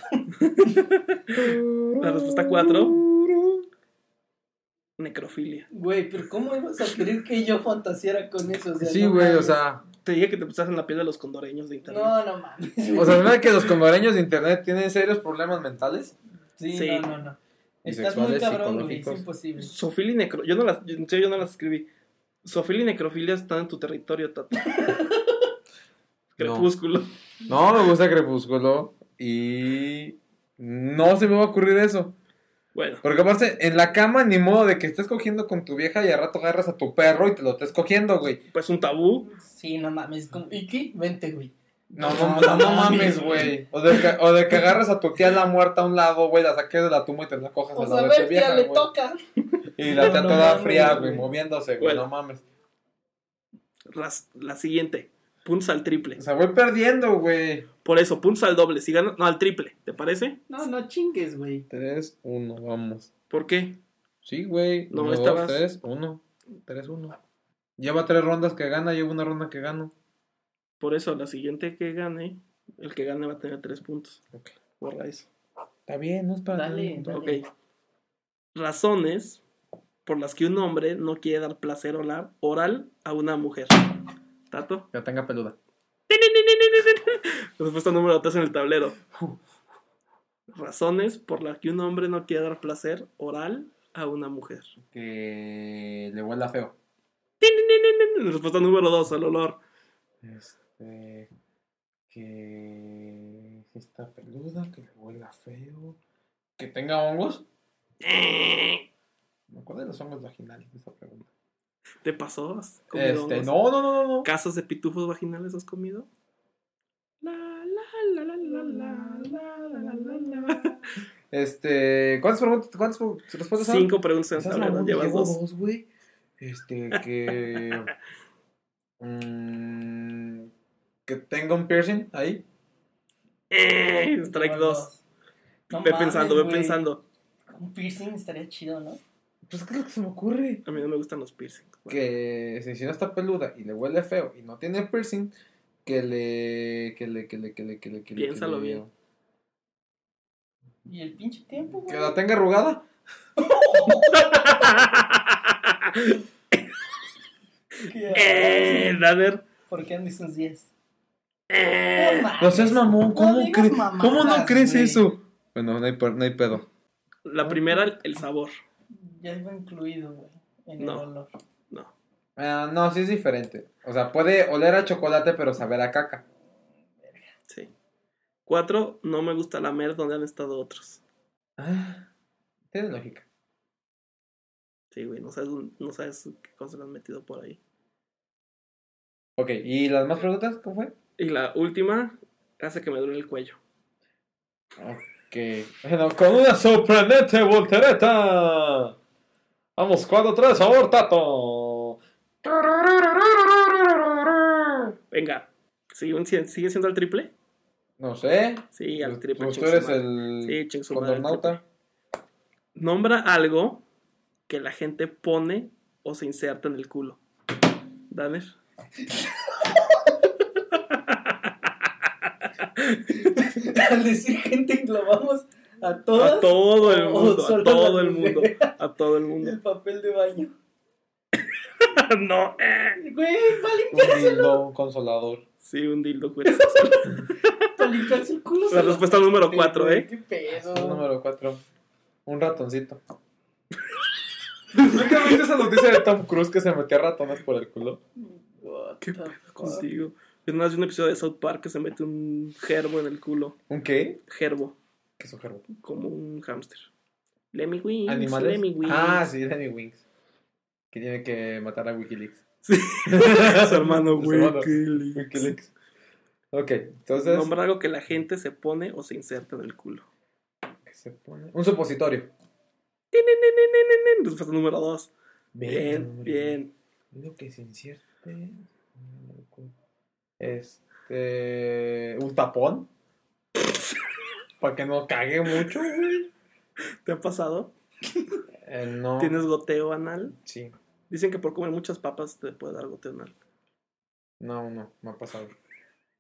La respuesta cuatro. Necrofilia. Güey, pero ¿cómo ibas a querer que yo fantaseara con eso? O sea, Sí, no güey, o mames. sea. Te dije que te pusieras en la piel de los condoreños de internet. No, no mames. O sea, ¿verdad que los congoreños de internet tienen serios problemas mentales? Sí, Sí. no, no, no. Y Estás muy sexuales, cabrón, güey. Es psicológicos. imposible. Sofilia y necro... Yo no las... En serio, yo no las escribí. Sofilia y necrofilia están en tu territorio, Tato. Crepúsculo. No, me gusta Crepúsculo. Y. No se me va a ocurrir eso. Bueno. Porque aparte, en la cama, ni modo de que estés cogiendo con tu vieja y al rato agarras a tu perro y te lo estés cogiendo, güey. Pues un tabú. Sí, no mames. como- ¿Y qué? Vente, güey. No, no, no, no mames, güey. O, de que- o de que agarras a tu tía la muerta a un lado, güey, la saques de la tumba y te la cojas O a sea, la Pues a de tu ver, ya vieja, le güey. toca. Y la tía No toda mames, fría, güey, güey. moviéndose, güey, Bueno. no mames. Las- la siguiente. Punza al triple. O sea, voy perdiendo, güey. Por eso, punza al doble. Si gana... No, al triple. ¿Te parece? No, no chingues, güey. 3, 1, vamos. ¿Por qué? Sí, güey. No, 1, estabas- 2, 3, 1. 3, 1. Lleva tres rondas que gana, lleva una ronda que gano. Por eso, la siguiente que gane, el que gane va a tener tres puntos. Ok. Borra eso. Está bien, no es para Dale, nada. dale. Ok. Razones por las que un hombre no quiere dar placer oral, oral a una mujer. Tato. Ya tenga peluda. Respuesta número 3 en el tablero. Razones por las que un hombre no quiere dar placer oral a una mujer. Que le huela feo. Respuesta número 2, el olor. Este. Que. Está peluda, que le huela feo. Que tenga hongos. No me acuerdo de los hongos vaginales? Esa pregunta. ¿Te pasó? ¿Has comido Este, hongos? no, no, no, no, no. ¿Casas de pitufos vaginales has comido? La, la, la, la, la, la, la, la, la, la. Este, ¿cuántas preguntas, cuántas preguntas- respuestas son? Cinco preguntas en Estás tabla, mamón, llevas llevo dos. dos, güey. Este, que. mm, que tenga un piercing ahí. Eh, strike dos. No Ve mames, pensando, ve güey. pensando. Un piercing estaría chido, ¿no? Pues, ¿qué es lo que se me ocurre? A mí no me gustan los piercings. Que si, si no está peluda y le huele feo y no tiene piercing, que le. que le. que le. que le. que le. que le- Piénsalo que le- bien. Y el pinche tiempo, güey. Que la tenga arrugada. ¿Qué? Eh, Dader. ¿Por qué andes unos 10? Eh. No seas mamón, ¿cómo, digas cre- mamadas, ¿cómo no crees güey. eso? Bueno, no hay, per- no hay pedo. La primera, el sabor. Ya iba incluido, güey. En No. el olor. No. Ah, no, sí es diferente. O sea, puede oler a chocolate, pero saber a caca. Sí. Cuatro, no me gusta lamer donde han estado otros. Ah, tiene lógica. Sí, güey, no sabes, un- no sabes qué cosas le han metido por ahí. Ok, ¿y las más preguntas? ¿Cómo fue? Y la última, hace que me duele el cuello. Ok. Bueno, con una sorprendente voltereta. Vamos, 4-3, favor, Tato. Venga, ¿sigue, un cien- sigue siendo el triple? No sé. Sí, al Tú- triple. Pues, Tú ching eres su madre. el Sí, ching su madre, el condornauta. triple. Nombra algo que la gente pone o se inserta en el culo. Daner. Al decir gente englobamos a todas. A todo el o mundo, a solo todo a Oh, la el mundo, mujer. a todo el mundo. El papel de baño. No, eh. Güey, vale, Un dildo, un consolador. Sí, un dildo. güey. para limpiarse el culo. La respuesta número cuatro, ¿eh? Qué El pedo. Número 4. Un ratoncito. ¿Nunca viste esa noticia de Tom Cruise que se metía ratones por el culo? What Qué the fuck. Contigo. Es más, vi un episodio de South Park que se mete un gerbo en el culo. ¿Un qué? Gerbo, ¿Qué es un gerbo? como un hámster. Lemmy Wings. ¿Animales? Lemmy Wings. Ah, sí, Lenny Wings. Que tiene que matar a Wikileaks. Su hermano Su hermano. Wikileaks. Wikileaks. Ok, entonces. Nombra algo que la gente se pone o se inserta en el culo. ¿qué se pone? Un supositorio. Tin, tin, tin, tin, tin, tin. Respuesta número dos. número Bien, bien. Lo que se incierte. Este. Un tapón. Para que no cague mucho, güey. ¿Te ha pasado? Eh, no. ¿Tienes goteo anal? Sí. Dicen que por comer muchas papas te puede dar goteo anal. No, no, me ha pasado.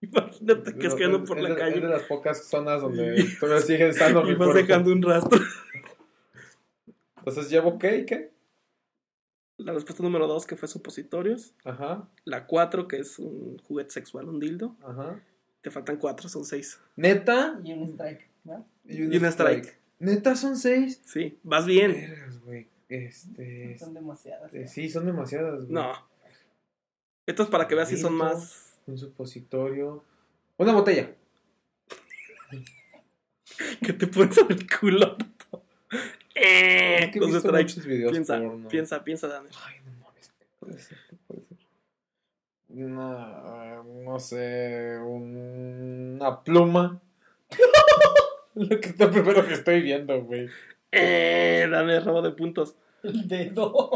Imagínate que es que ando por es la de- Es de calle las pocas zonas donde todavía siguen sano mi y vas cuerpo. dejando un rastro. Entonces llevo qué y qué. La respuesta número dos que fue supositorios. Ajá, La cuatro que es un juguete sexual, un dildo. ajá. Te faltan cuatro, son seis. Neta. Y un strike, ¿no? Y un strike. Neta son seis. Sí, vas bien. Vergas, güey. Este, Son demasiadas. este, Sí, son demasiadas, güey. No. Esto es para que veas si son Dildo. más. Un supositorio. Una botella. que te pones en el culo. Eh, Es que he los visto strikes. muchos videos Piensa, porno. piensa, piensa, Daniel. Ay, no mames. ¿qué puede ser? ¿Qué puede ser? Una, eh, no sé, una pluma. Lo que es lo primero que estoy viendo, güey. Eh, dame robo de puntos. El dedo.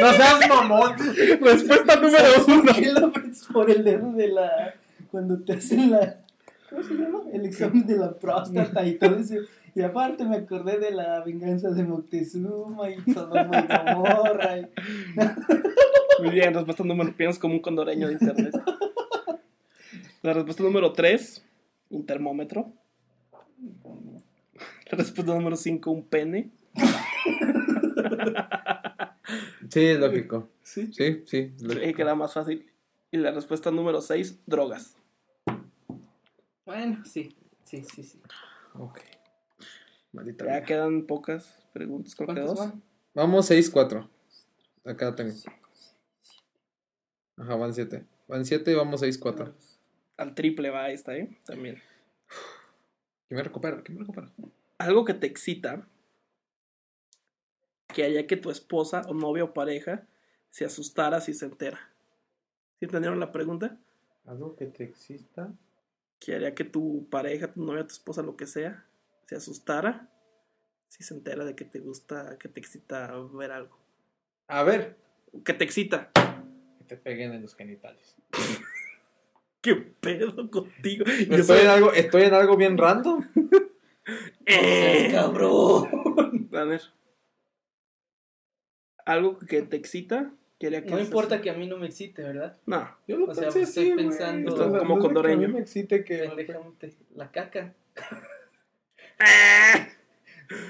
No seas mamón. Respuesta número uno. ¿Por qué lo ves por el dedo de la. Cuando te hacen la. ¿Cómo se llama? El examen de la próstata y todo eso. Y aparte me acordé de la venganza de Moctezuma y Sodoma y Gomorra. y- Muy bien, respuesta número. Piensas como un condoreño de internet. La respuesta número 3, un termómetro. La respuesta número 5, un pene. Sí, es lógico. Sí. Sí, sí. es Creí lógico. que era más fácil. Y la respuesta número 6, drogas. Bueno, sí. Sí, sí, sí. Ok. Maldita Ya vida. quedan pocas preguntas, creo que ¿Cuántos dos. van? Vamos 6-4. Acá la tengo. Ajá, van 7. Van 7 y vamos 6-4. Al triple va esta, ¿eh? También. Que me recupero, que me recupero. Algo que te excita que haría que tu esposa o novia o pareja se asustara si se entera. ¿Sí entendieron la pregunta? Algo que te exista. Que haría que tu pareja, tu novia, tu esposa, lo que sea, se asustara si se entera de que te gusta, que te excita ver algo. A ver. Que te excita. Que te peguen en los genitales. ¿Qué pedo contigo? Yo Estoy soy- en algo, estoy en algo bien random. ¡Eh! cabrón. A ver. Algo que te excita, que haría que No se- importa que a mí no me excite, ¿verdad? No. Yo lo O sea, pensé estoy así, güey. pensando- O sea, Como no es de que condoreño. A mí me excite que... Pendejamente. La caca. ¡Ah!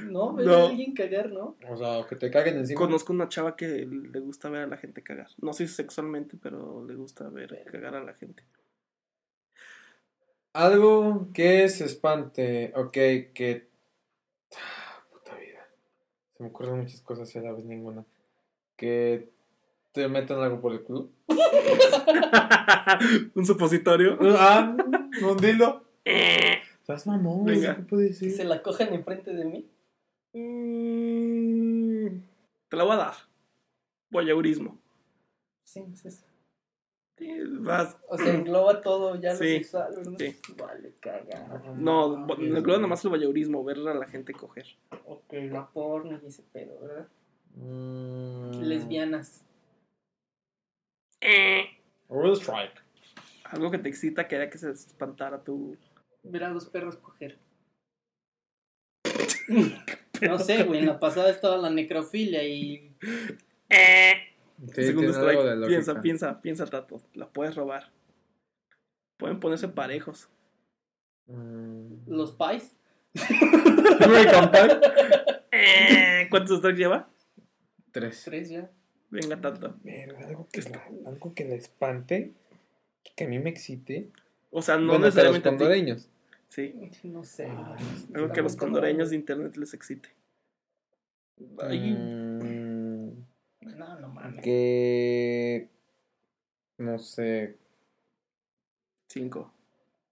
No, ver No. a alguien cagar, ¿no? O sea, que te caguen encima. Conozco una chava que le gusta ver a la gente cagar. No sé si sexualmente, pero le gusta ver cagar a la gente. Algo que se espante. Ok, que. Ah, Puta vida. Se me ocurren muchas cosas y a la vez ninguna. Que te metan algo por el culo. Un supositorio. Ah, un dildo. Eh. Estás mamón, Venga. güey, ¿qué puedo Que decir? se la cojan enfrente de mí. Mm, Te la voy a dar. Voyeurismo. Sí, es eso. Eh, Vas. O sea, engloba todo ya Sí. lo sexual, ¿verdad? Sí. Vale, cagada. Mm. No, no creo nada más el voyeurismo, ver a la gente coger. Ok, la porno y ese pedo, ¿verdad? Mm. Lesbianas. Eh. Real strike. Algo que te excita, que haría que se espantara tu. Ver a dos perros coger. no sé, güey. En la pasada estaba la necrofilia y. Eh. Sí, Segundo tiene algo strike. de lógica. Piensa, piensa, piensa, Tato. La puedes robar. Pueden ponerse parejos. Mm. Los pais. Break and pack. Eh, ¿Cuántos strikes lleva? Tres. Tres ya. Venga, Tato. Verga, algo que, la, algo que la espante, que a mí me excite. O sea, no No bueno, para los necesariamente. a ti. condoreños. Sí, No sé. Ah, algo que a los condoreños de internet les excite. Ay, Mm, No, no mames. que. No sé. Cinco,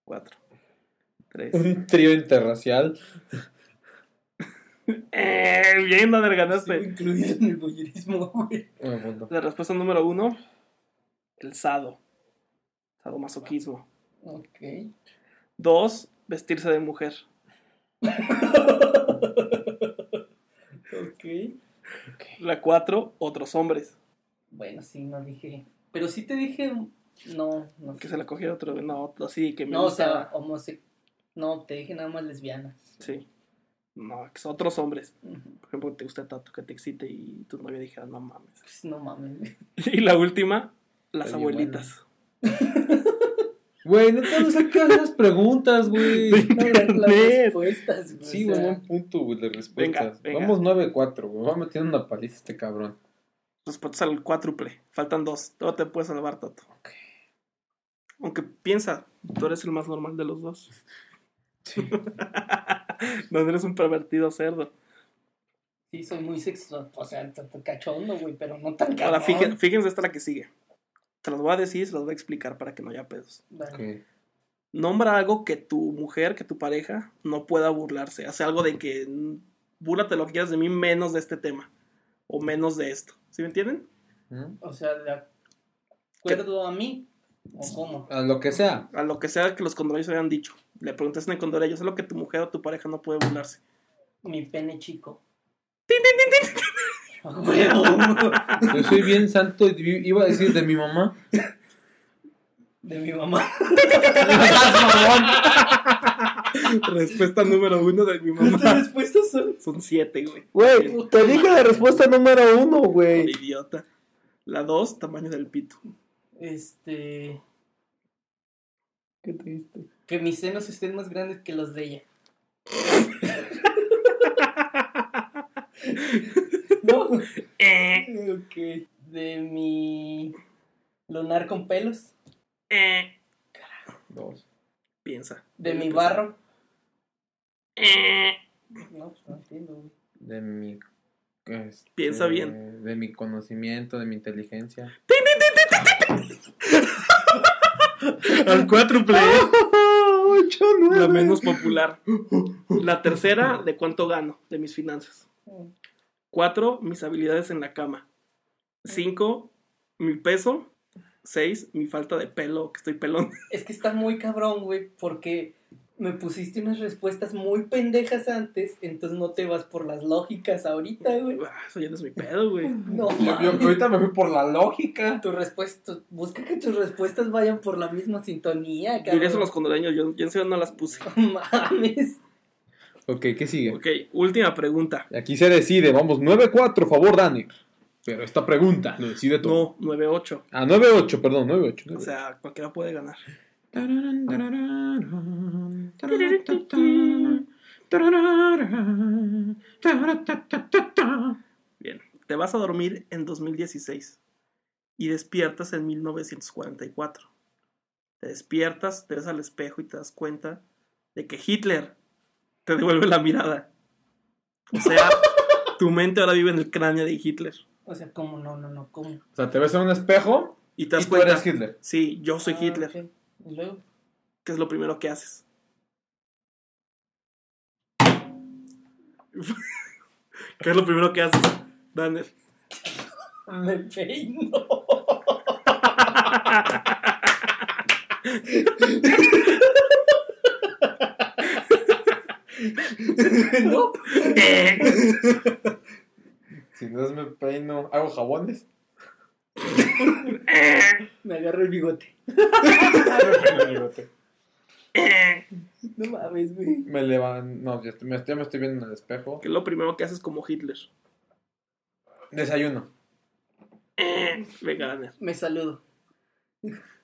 cuatro, tres. Un trío interracial. Eh, bien, Ander, Estuvo ganaste. incluido en el boyerismo, güey. Un punto. La respuesta número uno: el sado. Sadomasoquismo. Ok. Dos, vestirse de mujer. Ok. La cuatro, otros hombres. Bueno, sí, no dije. Pero sí te dije. No, no. Que se la cogiera otro. No, así que me No, o gusta- sea, homose... No, te dije nada más lesbiana. Sí. No, que son otros hombres. Ujú. Por ejemplo, que te gusta tanto, que te excite y tu novia dijera, no mames. Pues no mames. güey. Y la última, las Pero abuelitas. Güey, no te vas a quedar las preguntas, güey. No eran las Internet. respuestas, güey. Sí, o güey, sea, buen punto, güey, de respuestas. venga. Vamos 9-4, güey. Vamos metiendo una paliza a este cabrón. Respuestas al cuádruple. Faltan dos. Todo te puedes salvar, Tato. Aunque piensa, tú eres el más normal de los dos. no eres un pervertido cerdo. Sí, soy muy sexual. O sea, t- t- cachondo, güey, pero no tan cabrón. Ahora fíjense, fíjense esta la que sigue. Se las voy a decir y se las voy a explicar para que no haya pedos. Vale. Ok. Nombra algo que tu mujer, que tu pareja, no pueda burlarse. Hace algo de que mm, búrlate lo que quieras de mí, menos de este tema. O menos de esto. ¿Sí me entienden? ¿Mm? O sea, de acuerdo a mí, o cómo. A lo que sea. A lo que sea que los condoreños hayan dicho. Le preguntas en el condoreño, es lo que tu mujer o tu pareja no puede burlarse. Mi pene chico. A huevo. Yo soy bien santo y vi- iba a decir de mi mamá. De mi mamá. Respuesta número uno de mi mamá. respuestas son? Son siete, güey. Güey, te dije la respuesta número uno, Por güey. idiota. La dos, tamaño del pito. Este. Qué triste. Que mis senos estén más grandes que los de ella. no. Ok. De mi. Lunar con pelos. Dos. Piensa. De mi Piensa. barro. No, pues no entiendo, güey. De mi. este, Piensa bien. De mi conocimiento, de mi inteligencia. Al cuádruple. Ocho, La nueve. menos popular. La tercera, de cuánto gano de mis finanzas. 4. Mis habilidades en la cama. 5. Mi peso. 6. Mi falta de pelo, que estoy pelón. Es que está muy cabrón, güey, porque me pusiste unas respuestas muy pendejas antes, entonces no te vas por las lógicas ahorita, güey. Ah, Eso ya no es mi pedo, güey. No, Yo, yo- mames. ahorita me fui por la lógica. tu respuesta, busca que tus respuestas vayan por la misma sintonía, cabrón. Diría eso los condoleños, yo, yo en serio no las puse. Mames. Ok, ¿qué sigue? Ok, última pregunta. Aquí se decide, vamos, 9-4, favor, Dani. Pero esta pregunta lo decide todo. No, 9-8. Ah, 9-8, perdón, 9-8. O sea, cualquiera puede ganar. Bien, te vas a dormir en 2016 y despiertas en 1944. Te despiertas, te ves al espejo y te das cuenta de que Hitler te devuelve la mirada. O sea, tu mente ahora vive en el cráneo de Hitler. O sea, ¿cómo? No, no, no, ¿cómo? O sea, te ves en un espejo Y te y das tú cuenta, eres Hitler. sí, yo soy Ah, Hitler, ok. Y luego, que es lo primero que haces. ¿Qué es lo primero que haces, Danner? Ah. me peino. ¿No? Eh, Si no es me peino, hago jabones. Me agarro el bigote. eh. No mames, güey. me levanto. No, ya, estoy- me estoy- ya me estoy viendo en el espejo. ¿Qué es lo primero que haces como Hitler? Desayuno. Eh, Venga, Daniel. Me saludo.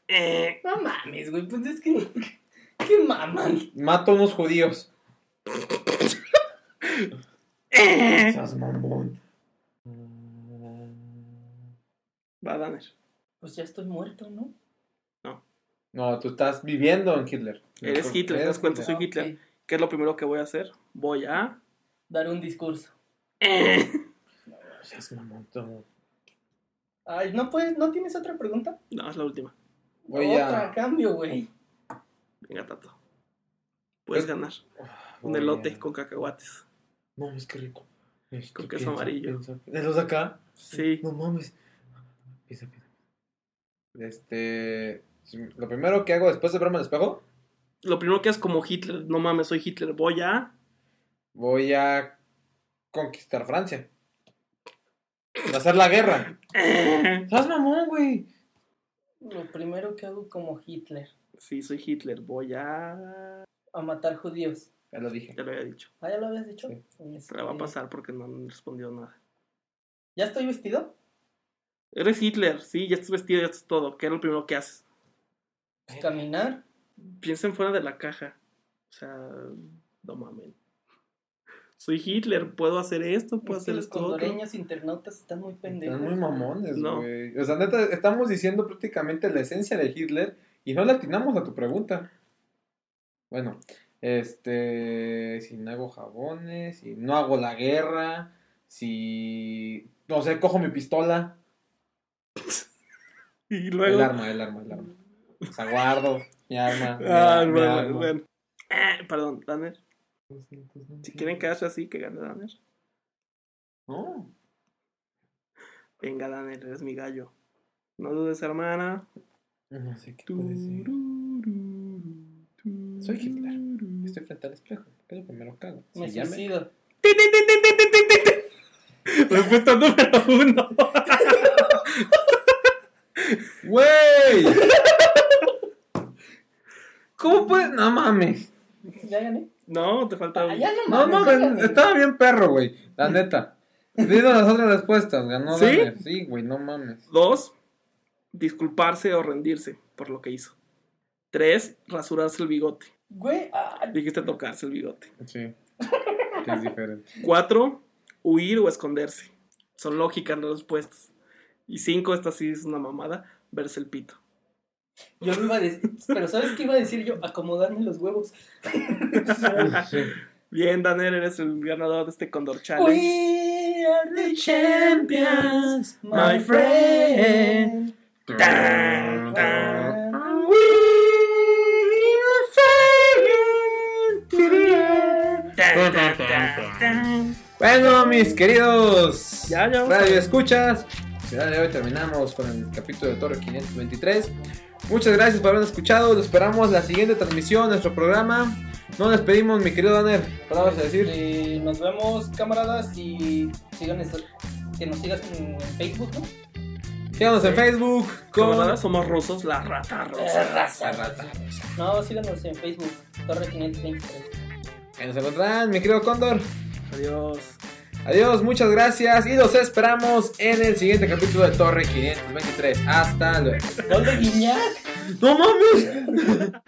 Eh, No mames, güey. Pues es que. ¿Qué maman? Mato a unos judíos. eh. Seas mamón. Va, Daniel. Pues ya estoy muerto, ¿no? No, tú estás viviendo en Hitler. Eres Hitler, te das cuenta, Hitler. soy Hitler. Ah, ok. ¿Qué es lo primero que voy a hacer? Voy a. Dar un discurso. Eh. Seas mamón, tú. Ay, ¿no puedes? ¿No tienes otra pregunta? No, es la última. Voy otra, a. cambio, güey. Venga, Tato. Puedes ¿Qué? ganar. Un voy a- elote con cacahuates. No, es que rico. Este, Con queso piensa, amarillo. piensa. ¿De los de acá? Sí. No mames. Piensa, piensa. Este. Lo primero que hago después de verme al espejo, Lo primero que haces como Hitler, no mames, soy Hitler. Voy a. voy a conquistar Francia. A hacer la guerra. Eh. ¡Sas mamón, güey! Lo primero que hago como Hitler. Sí, soy Hitler. Voy a. A matar judíos. Ya lo dije. Ya lo había dicho. Ah, ya lo habías dicho. Este, Sí. Se la va a pasar porque no respondió nada. ¿Ya estoy vestido? Eres Hitler, sí, ya estás vestido, ya estás todo. ¿Qué es lo primero que haces? Caminar. piensen fuera de la caja. O sea, no mamen. Soy Hitler, puedo hacer esto, puedo Es que hacer los esto. otro. condoreños internautas están muy pendejos. Están muy mamones, No. güey. O sea, neta, estamos diciendo prácticamente la esencia de Hitler y no la atinamos a tu pregunta. Bueno, este. Si no hago jabones, si no hago la guerra, si. No sé, cojo mi pistola. Y El luego. arma, el arma, el arma. O sea, guardo mi arma. mi Ah, ar- mi bueno, arma. bueno. Eh, perdón, Danner. Si quieren quedarse así, que gane Danner. No. Venga, Danner, eres mi gallo. No dudes, hermana. No sé qué puede ser. Soy Hitler. Estoy frente al espejo. ¿Qué es lo primero que hago? Me Si ya me- suicido. Tin, tin, tin, tin, tin, tin, tin, tin. Respuesta número uno. ¡Güey! ¿Cómo puedes? No mames. Ya gané. No, te falta Ah, un. ya no No mames. ya mames, gané. estaba bien perro, güey. La neta. Dino las otras respuestas, ganó ¿Sí? Dahmer. Sí, güey, no mames. Dos, disculparse o rendirse por lo que hizo. Tres, rasurarse el bigote. Güey, ah, Dijiste tocarse el bigote. Sí. Que es diferente. Cuatro, huir o esconderse. Son lógicas las respuestas. Y cinco, esta sí es una mamada, verse el pito. yo no iba a decir. Pero ¿sabes qué iba a decir yo? Acomodarme los huevos. Sí. Bien, Daner, eres el ganador de este Condor Challenge. We are the champions, my my friend. Tan, tan. Tan, tan, tan, tan. Bueno, mis queridos Ya, ya vamos a- radio escuchas, pues el día de hoy terminamos con el capítulo de Torre 523. Muchas gracias por haber escuchado. Los esperamos la siguiente transmisión de nuestro programa. Nos despedimos, mi querido Danner. Palabras a decir. Este, nos vemos, camaradas, y sigan esto- que nos sigas en en Facebook, ¿no? Síganos en Facebook. Con... Camaradas, somos rusos, la rata rosa. Raza, raza. No, síganos en Facebook, Torre 523. Ahí Nos encontrarán, mi querido Cóndor. Adiós. Adiós, muchas gracias. Y los esperamos en el siguiente capítulo de Torre 523. Hasta luego. ¿Dónde guiñar? ¡No mames!